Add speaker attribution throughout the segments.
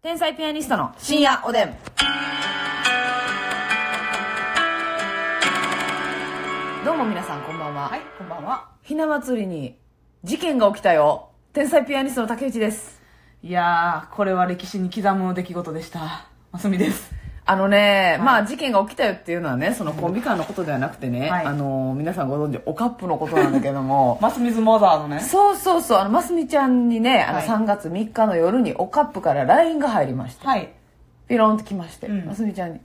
Speaker 1: 天才ピアニストの深夜おでん。どうも皆さんこんばんは。
Speaker 2: はい、こんばんは。
Speaker 1: ひな祭りに事件が起きたよ。天才ピアニストの竹内です。
Speaker 2: いやー、これは歴史に刻む出来事でした。ますみです。
Speaker 1: あのね、まあ事件が起きたよっていうのはね、そのコンビ間のことではなくてね、
Speaker 2: はい
Speaker 1: あのー皆さんご存知、おカップのことなんだけど も、
Speaker 2: ますみずマザーのね。
Speaker 1: そうそうそう、あの、ますみちゃんにね、あの
Speaker 2: はい
Speaker 1: 3月3日の夜におカップから LINE が入りまして、
Speaker 2: はい。
Speaker 1: ピロンって来まして、
Speaker 2: うん
Speaker 1: ますみちゃんに、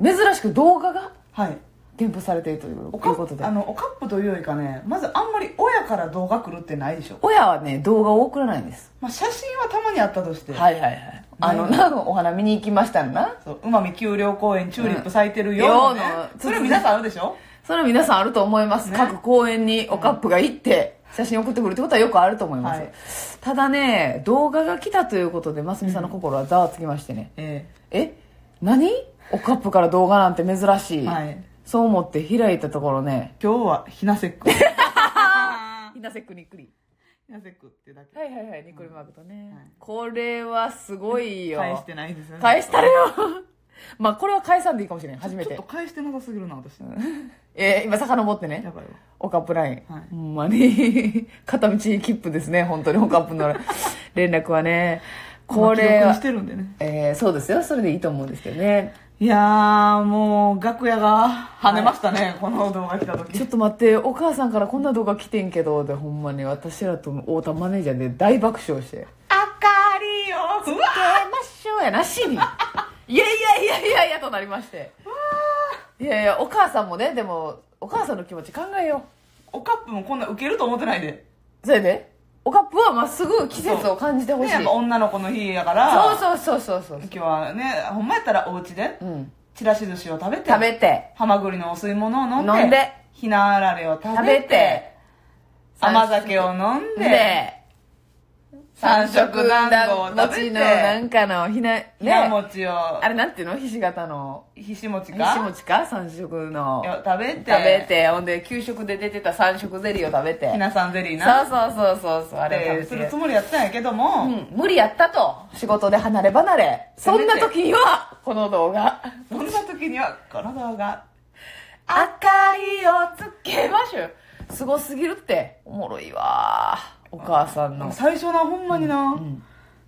Speaker 1: 珍しく動画が
Speaker 2: はい。
Speaker 1: 添付されているという
Speaker 2: お
Speaker 1: ということで
Speaker 2: あ。の、おカップというよりかね、まずあんまり親から動画来るってないでしょ。
Speaker 1: 親はね、動画を送らないんです。
Speaker 2: まあ、写真はたまにあったとして。
Speaker 1: はいはいはい。あの、なんかお花見に行きましたんな。
Speaker 2: そう、うまみ丘陵公園チューリップ咲いてるよ、
Speaker 1: うん
Speaker 2: ね
Speaker 1: ようの
Speaker 2: それ皆さんあるでしょ
Speaker 1: それは皆さんあると思います。
Speaker 2: ね
Speaker 1: 各公園におカップが行って、写真送ってくるってことはよくあると思います。
Speaker 2: はい
Speaker 1: ただね、動画が来たということで、ますみさんの心はざわつきましてね。
Speaker 2: え
Speaker 1: え何おカップから動画なんて珍し
Speaker 2: え
Speaker 1: い。
Speaker 2: はい。
Speaker 1: そう思って開いたところね。
Speaker 2: 今日はひなせ っく。ひ
Speaker 1: ひなせっくにっくり。
Speaker 2: なせっくってだけ。
Speaker 1: はいはいはい、ニッコリマークとね。
Speaker 2: はい
Speaker 1: これはすごいよ。
Speaker 2: 返してないんですよね。
Speaker 1: 返したれよ まあこれは返さんでいいかもしれない初め
Speaker 2: ちょってと、返してなさすぎるな、私。
Speaker 1: えー、今遡って
Speaker 2: や
Speaker 1: ね
Speaker 2: ばいわ。
Speaker 1: オカップライン、
Speaker 2: はい
Speaker 1: ほんまに 片道切符ですね本当にオカップの連絡はねこれ
Speaker 2: 今記録に
Speaker 1: は
Speaker 2: し、てるんでね。
Speaker 1: えー、そうですよそれでいいと思うんですけどね
Speaker 2: いやー、もう、楽屋が跳ねましたね、この動画来た
Speaker 1: ちょ
Speaker 2: 時。
Speaker 1: っと待ってお母さんからこんな動画来てんけどでほんまに私らと太田マネージャーで大爆笑して
Speaker 2: あかりよう
Speaker 1: 「
Speaker 2: わ
Speaker 1: 出ましょう」やな しにいやいやいやいやいやとなりましていやいやお母さんもねでもお母さんの気持ち考えよう
Speaker 2: おカップもこんなウケると思ってないで。
Speaker 1: それでおカップはまっすぐ季節を感じてほしい
Speaker 2: ね、
Speaker 1: そ
Speaker 2: や
Speaker 1: う,、
Speaker 2: っぱ女の子の日やから、
Speaker 1: そうそうそうそうそう
Speaker 2: 今日はね、ほんまやったらお家で、
Speaker 1: うん
Speaker 2: ちらし寿司を食べて、
Speaker 1: 食べて
Speaker 2: はまぐりのお吸い物を飲んで、
Speaker 1: 飲んで
Speaker 2: ひなあられを食
Speaker 1: 食
Speaker 2: べ
Speaker 1: べ
Speaker 2: て、
Speaker 1: て
Speaker 2: 甘酒を飲んで、三色団子を食べて、
Speaker 1: 餅のなんかのひなね
Speaker 2: ひな餅を、
Speaker 1: あれなんていうのひし形の
Speaker 2: ひし餅
Speaker 1: ひ
Speaker 2: か
Speaker 1: し餅か三色の
Speaker 2: を食べて、
Speaker 1: 食べてほんで給食で出てた三色ゼリーを食べて
Speaker 2: ひなさんゼリー
Speaker 1: そ
Speaker 2: な。
Speaker 1: うそうそうそうそうあれを
Speaker 2: で
Speaker 1: 食
Speaker 2: す
Speaker 1: べ
Speaker 2: る
Speaker 1: て
Speaker 2: つもりやったんやけども、
Speaker 1: うん、無理やったと仕事で離れ離れそんな時にはこの動画
Speaker 2: そんな時にはこの動画
Speaker 1: 明かりをつけましょうよすごすぎるっておもろいわお母さんの
Speaker 2: 最初なほんまにな、
Speaker 1: ん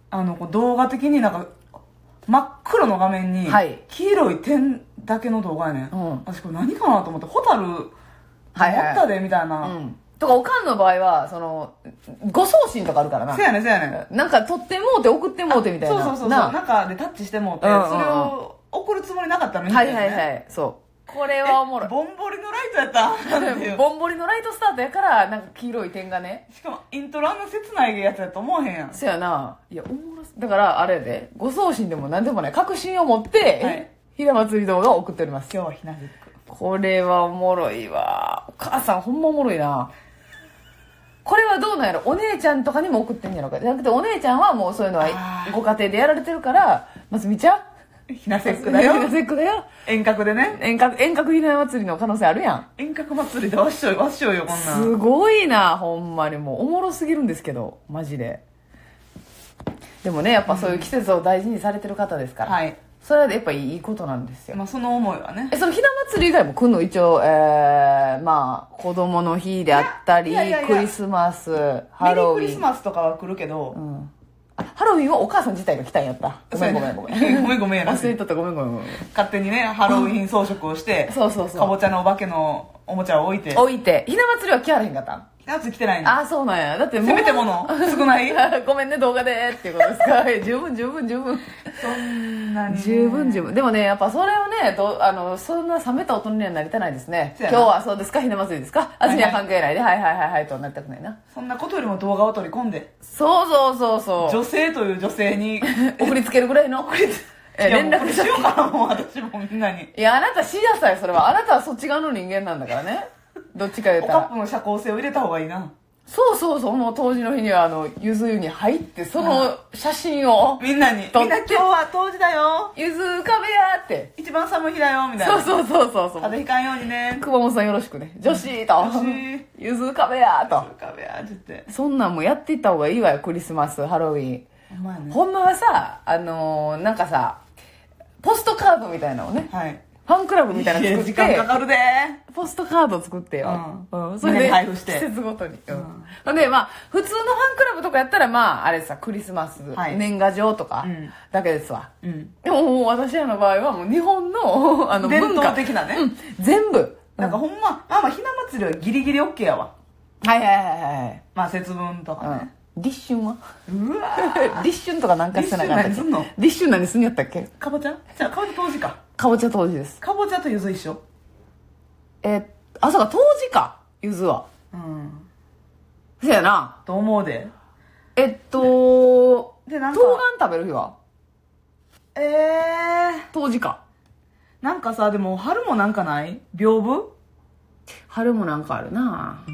Speaker 2: あのこう動画的になんか真っ黒の画面に
Speaker 1: はい
Speaker 2: 黄色い点だけの動画やね、
Speaker 1: うん
Speaker 2: 私これ何かなと思ってホタル持
Speaker 1: はいはい
Speaker 2: ったでみたいうな、
Speaker 1: んとかおかんの場合はその誤送信とかあるからな
Speaker 2: せやねせやね
Speaker 1: なんか取ってもうて送ってもうてみたい
Speaker 2: そう
Speaker 1: な
Speaker 2: そうそうそう
Speaker 1: な
Speaker 2: 中でタッチしてもうて、
Speaker 1: うんうんうん
Speaker 2: それを送るつもりなかったのに
Speaker 1: はいはい
Speaker 2: い
Speaker 1: はいそうこれはおもろい
Speaker 2: ボンボリのライトやったなんていう
Speaker 1: ぼんぼりのライトスタートやからなんか黄色い点がね
Speaker 2: しかもイントロあんな切ないやつやと思わへんやん
Speaker 1: そやないやおもろすだからあれやで誤送信でも何でもない確信を持って、
Speaker 2: はい
Speaker 1: ひな祭り動画を送っております
Speaker 2: 今日はひなびっく
Speaker 1: これはおもろいわお母さんほんまおもろいなこれはどうなんやろお姉ちゃんとかにも送ってんやろかじゃなくてお姉ちゃんはもうそういうの
Speaker 2: あ
Speaker 1: は
Speaker 2: ー
Speaker 1: ご家庭でやられてるからますみちゃん
Speaker 2: ひなせっくだよ
Speaker 1: ひなせっくだよ
Speaker 2: 遠隔でね
Speaker 1: 遠隔遠隔ひな祭りの可能性あるやん
Speaker 2: 遠隔祭りでわっしょいわっしょいよこんなん
Speaker 1: すごいなほんまにもうおもろすぎるんですけどマジででもねやっぱそういう季節を大事にされてる方ですから、
Speaker 2: はい、
Speaker 1: それはやっぱいいことなんですよ
Speaker 2: まあ、その思いはね
Speaker 1: えそのひな祭り以外も来んの一応、えー、まあ子供の日であったり
Speaker 2: いやいやいや
Speaker 1: クリスマス
Speaker 2: メ
Speaker 1: ハ
Speaker 2: リ
Speaker 1: ロウ
Speaker 2: ーク
Speaker 1: ィン
Speaker 2: リスマスとかは来るけど、
Speaker 1: うん、あハロウィンはお母さん自体が来たんやったごめんごめんごめん
Speaker 2: そうやね ごめんごめんやな
Speaker 1: 忘れとったごめんごめんごめん
Speaker 2: 勝手にねハロウィン装飾をして
Speaker 1: そうそうそう
Speaker 2: かぼちゃのお化けのおもちゃを置いて
Speaker 1: 置いてひな祭りは来はれへんかったん
Speaker 2: 夏来てないの
Speaker 1: ああそうなんやだって
Speaker 2: せめても
Speaker 1: の
Speaker 2: の 少ない
Speaker 1: ごめんね動画でっていうことですか はい十分十分十分
Speaker 2: そんなにね
Speaker 1: 十分十分でもねやっぱそれをねどあのそんな冷めた大人にはなりたないですね
Speaker 2: そう
Speaker 1: 今
Speaker 2: や
Speaker 1: 日
Speaker 2: な
Speaker 1: はそうですかひな祭りですかあ
Speaker 2: いはい
Speaker 1: には関係ないで、はい、はいはいはいとはなりたくないな
Speaker 2: そんなことよりも動画を取り込んで
Speaker 1: そうそうそうそう
Speaker 2: 女性という女性に
Speaker 1: 送りつけるぐらいのえ
Speaker 2: いやも
Speaker 1: 連
Speaker 2: うこ
Speaker 1: 絡
Speaker 2: れ
Speaker 1: し
Speaker 2: しようかなもう私もみんなに
Speaker 1: いやあなたしなさいそれはあなたはそっち側の人間なんだからねどっちか言っ
Speaker 2: お
Speaker 1: た
Speaker 2: カッ
Speaker 1: ら
Speaker 2: プの社交性を入れた方がいいな
Speaker 1: そうそうそうもう当時の日にはあのゆず湯に入ってその写真を
Speaker 2: みんなに
Speaker 1: 撮って
Speaker 2: みんな今日は冬至だよ
Speaker 1: 「ゆず浮かべや!」って
Speaker 2: 一番寒い日だよみたいな
Speaker 1: そうそうそうそうそう
Speaker 2: 風邪ひかんようにね
Speaker 1: 久保本さんよろしくね女子と
Speaker 2: 女子
Speaker 1: ゆず浮かべやと
Speaker 2: 壁あって言って
Speaker 1: そんなんもやっていった方がいいわよクリスマスハロウィン
Speaker 2: ほんまやね
Speaker 1: ほんまはさあのーなんかさポストカードみたいなのをね
Speaker 2: はい
Speaker 1: ファンクラブみたいなの作って
Speaker 2: 時間かかるで
Speaker 1: ポストカード作ってよ、
Speaker 2: うん
Speaker 1: それ
Speaker 2: みん
Speaker 1: で
Speaker 2: なに配布して
Speaker 1: 季節ごとに、うんほんでまあ普通のファンクラブとかやったらまああれさクリスマス、
Speaker 2: はい
Speaker 1: 年賀状とか
Speaker 2: うん
Speaker 1: だけですわ、
Speaker 2: うん
Speaker 1: でももう私らの場合はもう日本 のあの
Speaker 2: 伝
Speaker 1: 文化
Speaker 2: 統的なね、
Speaker 1: うん全部
Speaker 2: なんかほんまあまあひな祭りはギリギリ OK やわ
Speaker 1: はいはいはい
Speaker 2: まあ節分とか
Speaker 1: はい、
Speaker 2: ね、
Speaker 1: うん、立春は
Speaker 2: うわ
Speaker 1: 立春とかなんかしてなかったっけ
Speaker 2: 立春何すんの
Speaker 1: 立春何すんやったっけ
Speaker 2: かぼち ゃじゃあかぼちゃ当時か
Speaker 1: かぼちゃ当時です
Speaker 2: かぼちゃとゆず一緒
Speaker 1: えーあそうか当時かゆずは
Speaker 2: うん
Speaker 1: そやな
Speaker 2: と思うで
Speaker 1: えっと
Speaker 2: でなんか
Speaker 1: 冬瓜食べる日は
Speaker 2: ええ
Speaker 1: 当時か
Speaker 2: ー、なんかさでも春もなんかない屏風
Speaker 1: 春もなんかあるな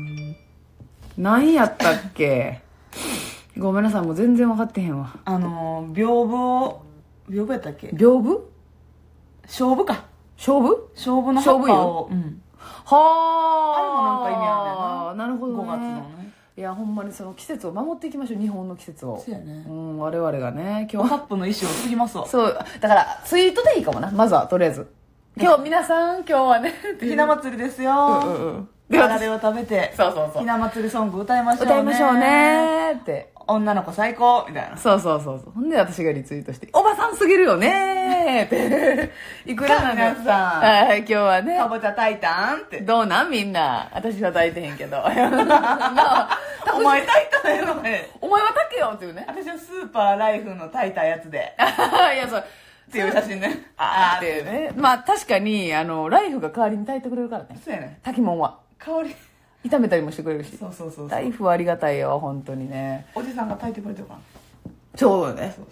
Speaker 1: 何やったっけごめんなさいもう全然分かってへんわ
Speaker 2: あのー、屏風を屏風やったっけ
Speaker 1: 屏風
Speaker 2: 勝負か
Speaker 1: 勝負
Speaker 2: 勝負の葉っ
Speaker 1: 菖蒲
Speaker 2: ぱ
Speaker 1: よ
Speaker 2: を、うん、
Speaker 1: はあ
Speaker 2: あれもなんか意味あるんだよ
Speaker 1: な
Speaker 2: な
Speaker 1: るほど、ね、
Speaker 2: 5月のね
Speaker 1: いやほんまにその季節を守っていきましょう日本の季節を
Speaker 2: そうやね
Speaker 1: ん我々がね今
Speaker 2: お
Speaker 1: 日
Speaker 2: カップの石を継ぎます わ
Speaker 1: そうだからツイートでいいかもなまずはとりあえず今日皆さん今日はね
Speaker 2: ひな祭りですよ、
Speaker 1: うんうんうんで
Speaker 2: あら
Speaker 1: 私
Speaker 2: れを食べて
Speaker 1: そうそうそう
Speaker 2: ひな祭りソング歌いましょうね
Speaker 1: 歌いましょうねーって
Speaker 2: 女の子最高みたいな
Speaker 1: そうそうそうそうほんで私がリツイートして「おばさんすぎるよねー」って いくらなんでも
Speaker 2: さあ皆さん
Speaker 1: はい今日はね
Speaker 2: かぼちゃ炊いたんって
Speaker 1: どうなんみんな私は抱いてへんけど なあ
Speaker 2: お前炊いたのよね
Speaker 1: お前は炊けよっていうね
Speaker 2: 私はスーパーライフの炊いたやつで
Speaker 1: いやそう
Speaker 2: っていう写真ね
Speaker 1: あーっ
Speaker 2: ー
Speaker 1: ていうねまあ確かにあのライフが代わりに炊いてくれるからね
Speaker 2: そうやね
Speaker 1: 炊きもんは
Speaker 2: 香り
Speaker 1: 炒めたりもしてくれるし
Speaker 2: そうそうそうそう
Speaker 1: ライフはありがたいよ本当にね
Speaker 2: おじさんが炊いてくれてるから
Speaker 1: ちょうどね
Speaker 2: そう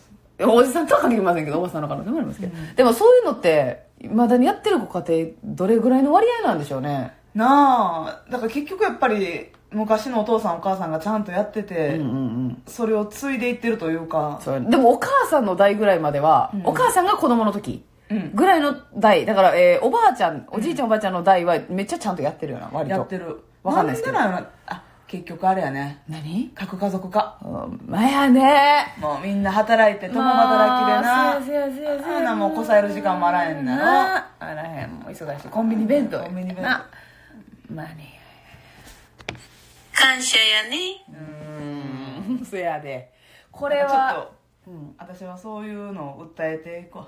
Speaker 1: おじさんとは限りませんけどおばさんの可能性もありますけど、でもそういうのっていまだにやってるご家庭どれぐらいの割合なんでしょうね
Speaker 2: なあだから結局やっぱり昔のお父さんお母さんがちゃんとやってて、
Speaker 1: うんうんうん
Speaker 2: それを継いでいってるというか
Speaker 1: そうでもお母さんの代ぐらいまでは、お母さんが子供の時
Speaker 2: うん
Speaker 1: ぐらいの代だから、えーおばあちゃんおじいちゃんおばあちゃんの代はめっちゃちゃんとやってるよな割と
Speaker 2: やってる
Speaker 1: わかんないですけど
Speaker 2: なんでなんやろあ結局あれやね
Speaker 1: 何
Speaker 2: 核家族化
Speaker 1: ほんまやね
Speaker 2: もうみんな働いて共働きでな、
Speaker 1: まあせやせやせやせや
Speaker 2: あんなもうこさえる時間もあらへんな
Speaker 1: なあらへんもう忙しいコンビニ弁当や
Speaker 2: コンビニ弁当
Speaker 1: なまあね
Speaker 3: 感謝やね。
Speaker 1: うん せやでこ
Speaker 2: こ
Speaker 1: れ
Speaker 2: ちょ
Speaker 1: は
Speaker 2: っと、私はそういうのを訴えていこ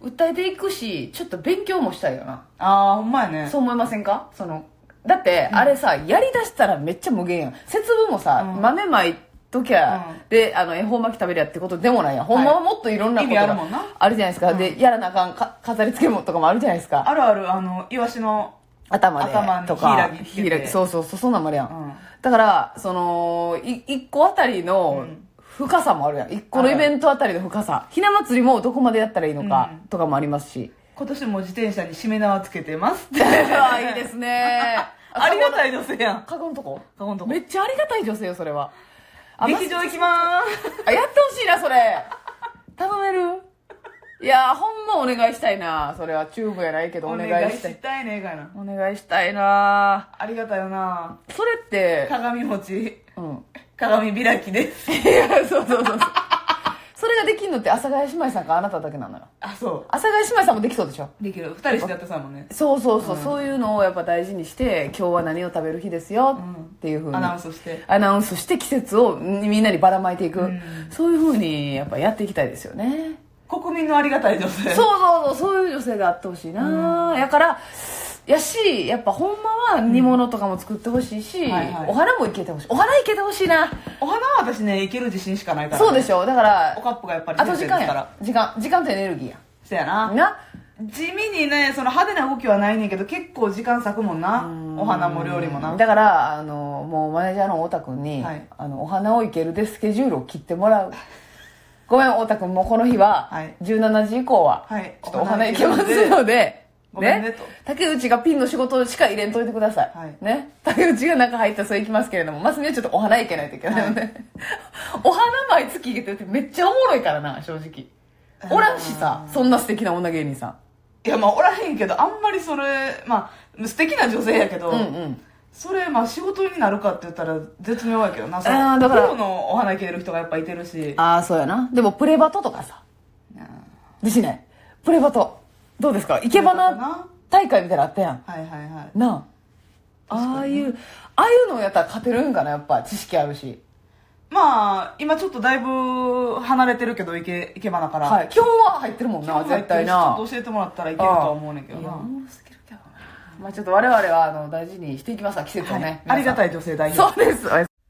Speaker 2: う
Speaker 1: 訴えていくしちょっと勉強もしたいよな
Speaker 2: ああほんまやね
Speaker 1: そう思いませんかそのだって、あれさやりだしたらめっちゃ無限やん節分もさ、
Speaker 2: うん
Speaker 1: 豆まいときゃ、
Speaker 2: うん
Speaker 1: であの恵方巻き食べるやってことでもないやんほんまはもっといろんなこと
Speaker 2: 意味あ
Speaker 1: が
Speaker 2: るもんな
Speaker 1: あるじゃないですか、でやらなあかんか飾り付けもとかもあるじゃないですか
Speaker 2: あるあるあのイワシの
Speaker 1: 頭で
Speaker 2: 頭に
Speaker 1: とか
Speaker 2: ヒイラギつけて
Speaker 1: ヒイラギそうそうそうそんなんもあるやん、
Speaker 2: うん
Speaker 1: だからそのい一個あたりの
Speaker 2: うん
Speaker 1: 深さもあるやん一個のイベントあたりの深さひな祭りもどこまでやったらいいのかとかもあります し、
Speaker 2: 今年も自転車にしめ縄つけてますって
Speaker 1: あいいです ね
Speaker 2: ありがたい女性やん
Speaker 1: カゴのとこ
Speaker 2: カゴのとこ
Speaker 1: めっちゃありがたい女性よそれはあ
Speaker 2: 劇場行きま
Speaker 1: あやってほしいなそれ頼めるいやーほんまお願いしたいなそれはチューブやないけど
Speaker 2: ー
Speaker 1: お
Speaker 2: お
Speaker 1: 願
Speaker 2: 願
Speaker 1: い
Speaker 2: い
Speaker 1: した
Speaker 2: し
Speaker 1: い
Speaker 2: たいねがな
Speaker 1: お願いしたいな
Speaker 2: ありがたいよな
Speaker 1: それって
Speaker 2: 鏡餅
Speaker 1: うん
Speaker 2: 鏡開きです
Speaker 1: いやそうそうそうそうそれができんのって阿佐ヶ谷姉妹さんかあなただけなのよ
Speaker 2: あそ
Speaker 1: 阿佐ヶ谷姉妹さんもできそうでしょ
Speaker 2: うできる二人してやってたもんね
Speaker 1: そうそうそう、そういうのをやっぱ大事にして今日は何を食べる日ですよっていうふうに、
Speaker 2: アナウンスして
Speaker 1: アナウンスして季節をみんなにばらまいていく、
Speaker 2: うん
Speaker 1: そういうふうにやっぱやっていきたいですよね、
Speaker 2: 国民のありがたい女性
Speaker 1: そうそうそうそういう女性があってほしいな、やからやしやっぱほんまは煮物とかも作ってほしいし、
Speaker 2: んはいはい
Speaker 1: お花もいけてほしいお花いけてほしいな、
Speaker 2: お花は私ねいける自信しかないから、ね、
Speaker 1: そうでしょだから
Speaker 2: おカップがやっぱり
Speaker 1: あと時間
Speaker 2: 先生ですから
Speaker 1: や時間時間とエネルギー
Speaker 2: そや
Speaker 1: や
Speaker 2: な
Speaker 1: な
Speaker 2: 地味にねその派手な動きはないねんけど結構時間割くもんなお花も料理もな
Speaker 1: だからあのもうマネージャーの太田君に、
Speaker 2: はい
Speaker 1: あの「お花をいける」でスケジュールを切ってもらうごめん太田君もうこの日は
Speaker 2: はい
Speaker 1: 17時以降は、
Speaker 2: はい
Speaker 1: ちょっとお花いけますので
Speaker 2: ごめんねと
Speaker 1: 竹内がピンの仕事しか入れんといてください、
Speaker 2: はい
Speaker 1: ね、竹内が中入ったらそれいきますけれどもますみはちょっとお花いけないといけないので、 お花毎月いけてるってめっちゃおもろいからな正直おらんしさそんな素敵な女芸人さん
Speaker 2: いやまあおらへんけどあんまりそれまあ素敵な女性やけど、
Speaker 1: うんうん
Speaker 2: それまあ仕事になるかって言ったら絶妙やけどなそ
Speaker 1: あーだから
Speaker 2: プロのお花いけてる人がやっぱいてるし
Speaker 1: ああ、そうやな。でも、プレバトとかさ。ですね。プレバト。どうですかいけば
Speaker 2: プレバト
Speaker 1: な
Speaker 2: な
Speaker 1: 大会みたいなのあったやん。
Speaker 2: はいはいはい
Speaker 1: なあ。ああいう、ああいうのやったら勝てるんかな、やっぱ。知識あるし。
Speaker 2: まあ今ちょっとだいぶ離れてるけどいけいけばなから、
Speaker 1: はい。基本は入ってるもん
Speaker 2: 今
Speaker 1: な、
Speaker 2: 日は
Speaker 1: 絶対な。
Speaker 2: ちょっと教えてもらったらいけるとは思うねんけど
Speaker 1: いやお
Speaker 2: な
Speaker 1: もろすぎるけどなまあちょっと我々はあの大事にしていきますわ季節をね、皆さん
Speaker 2: ありがたい女性代表
Speaker 1: そうです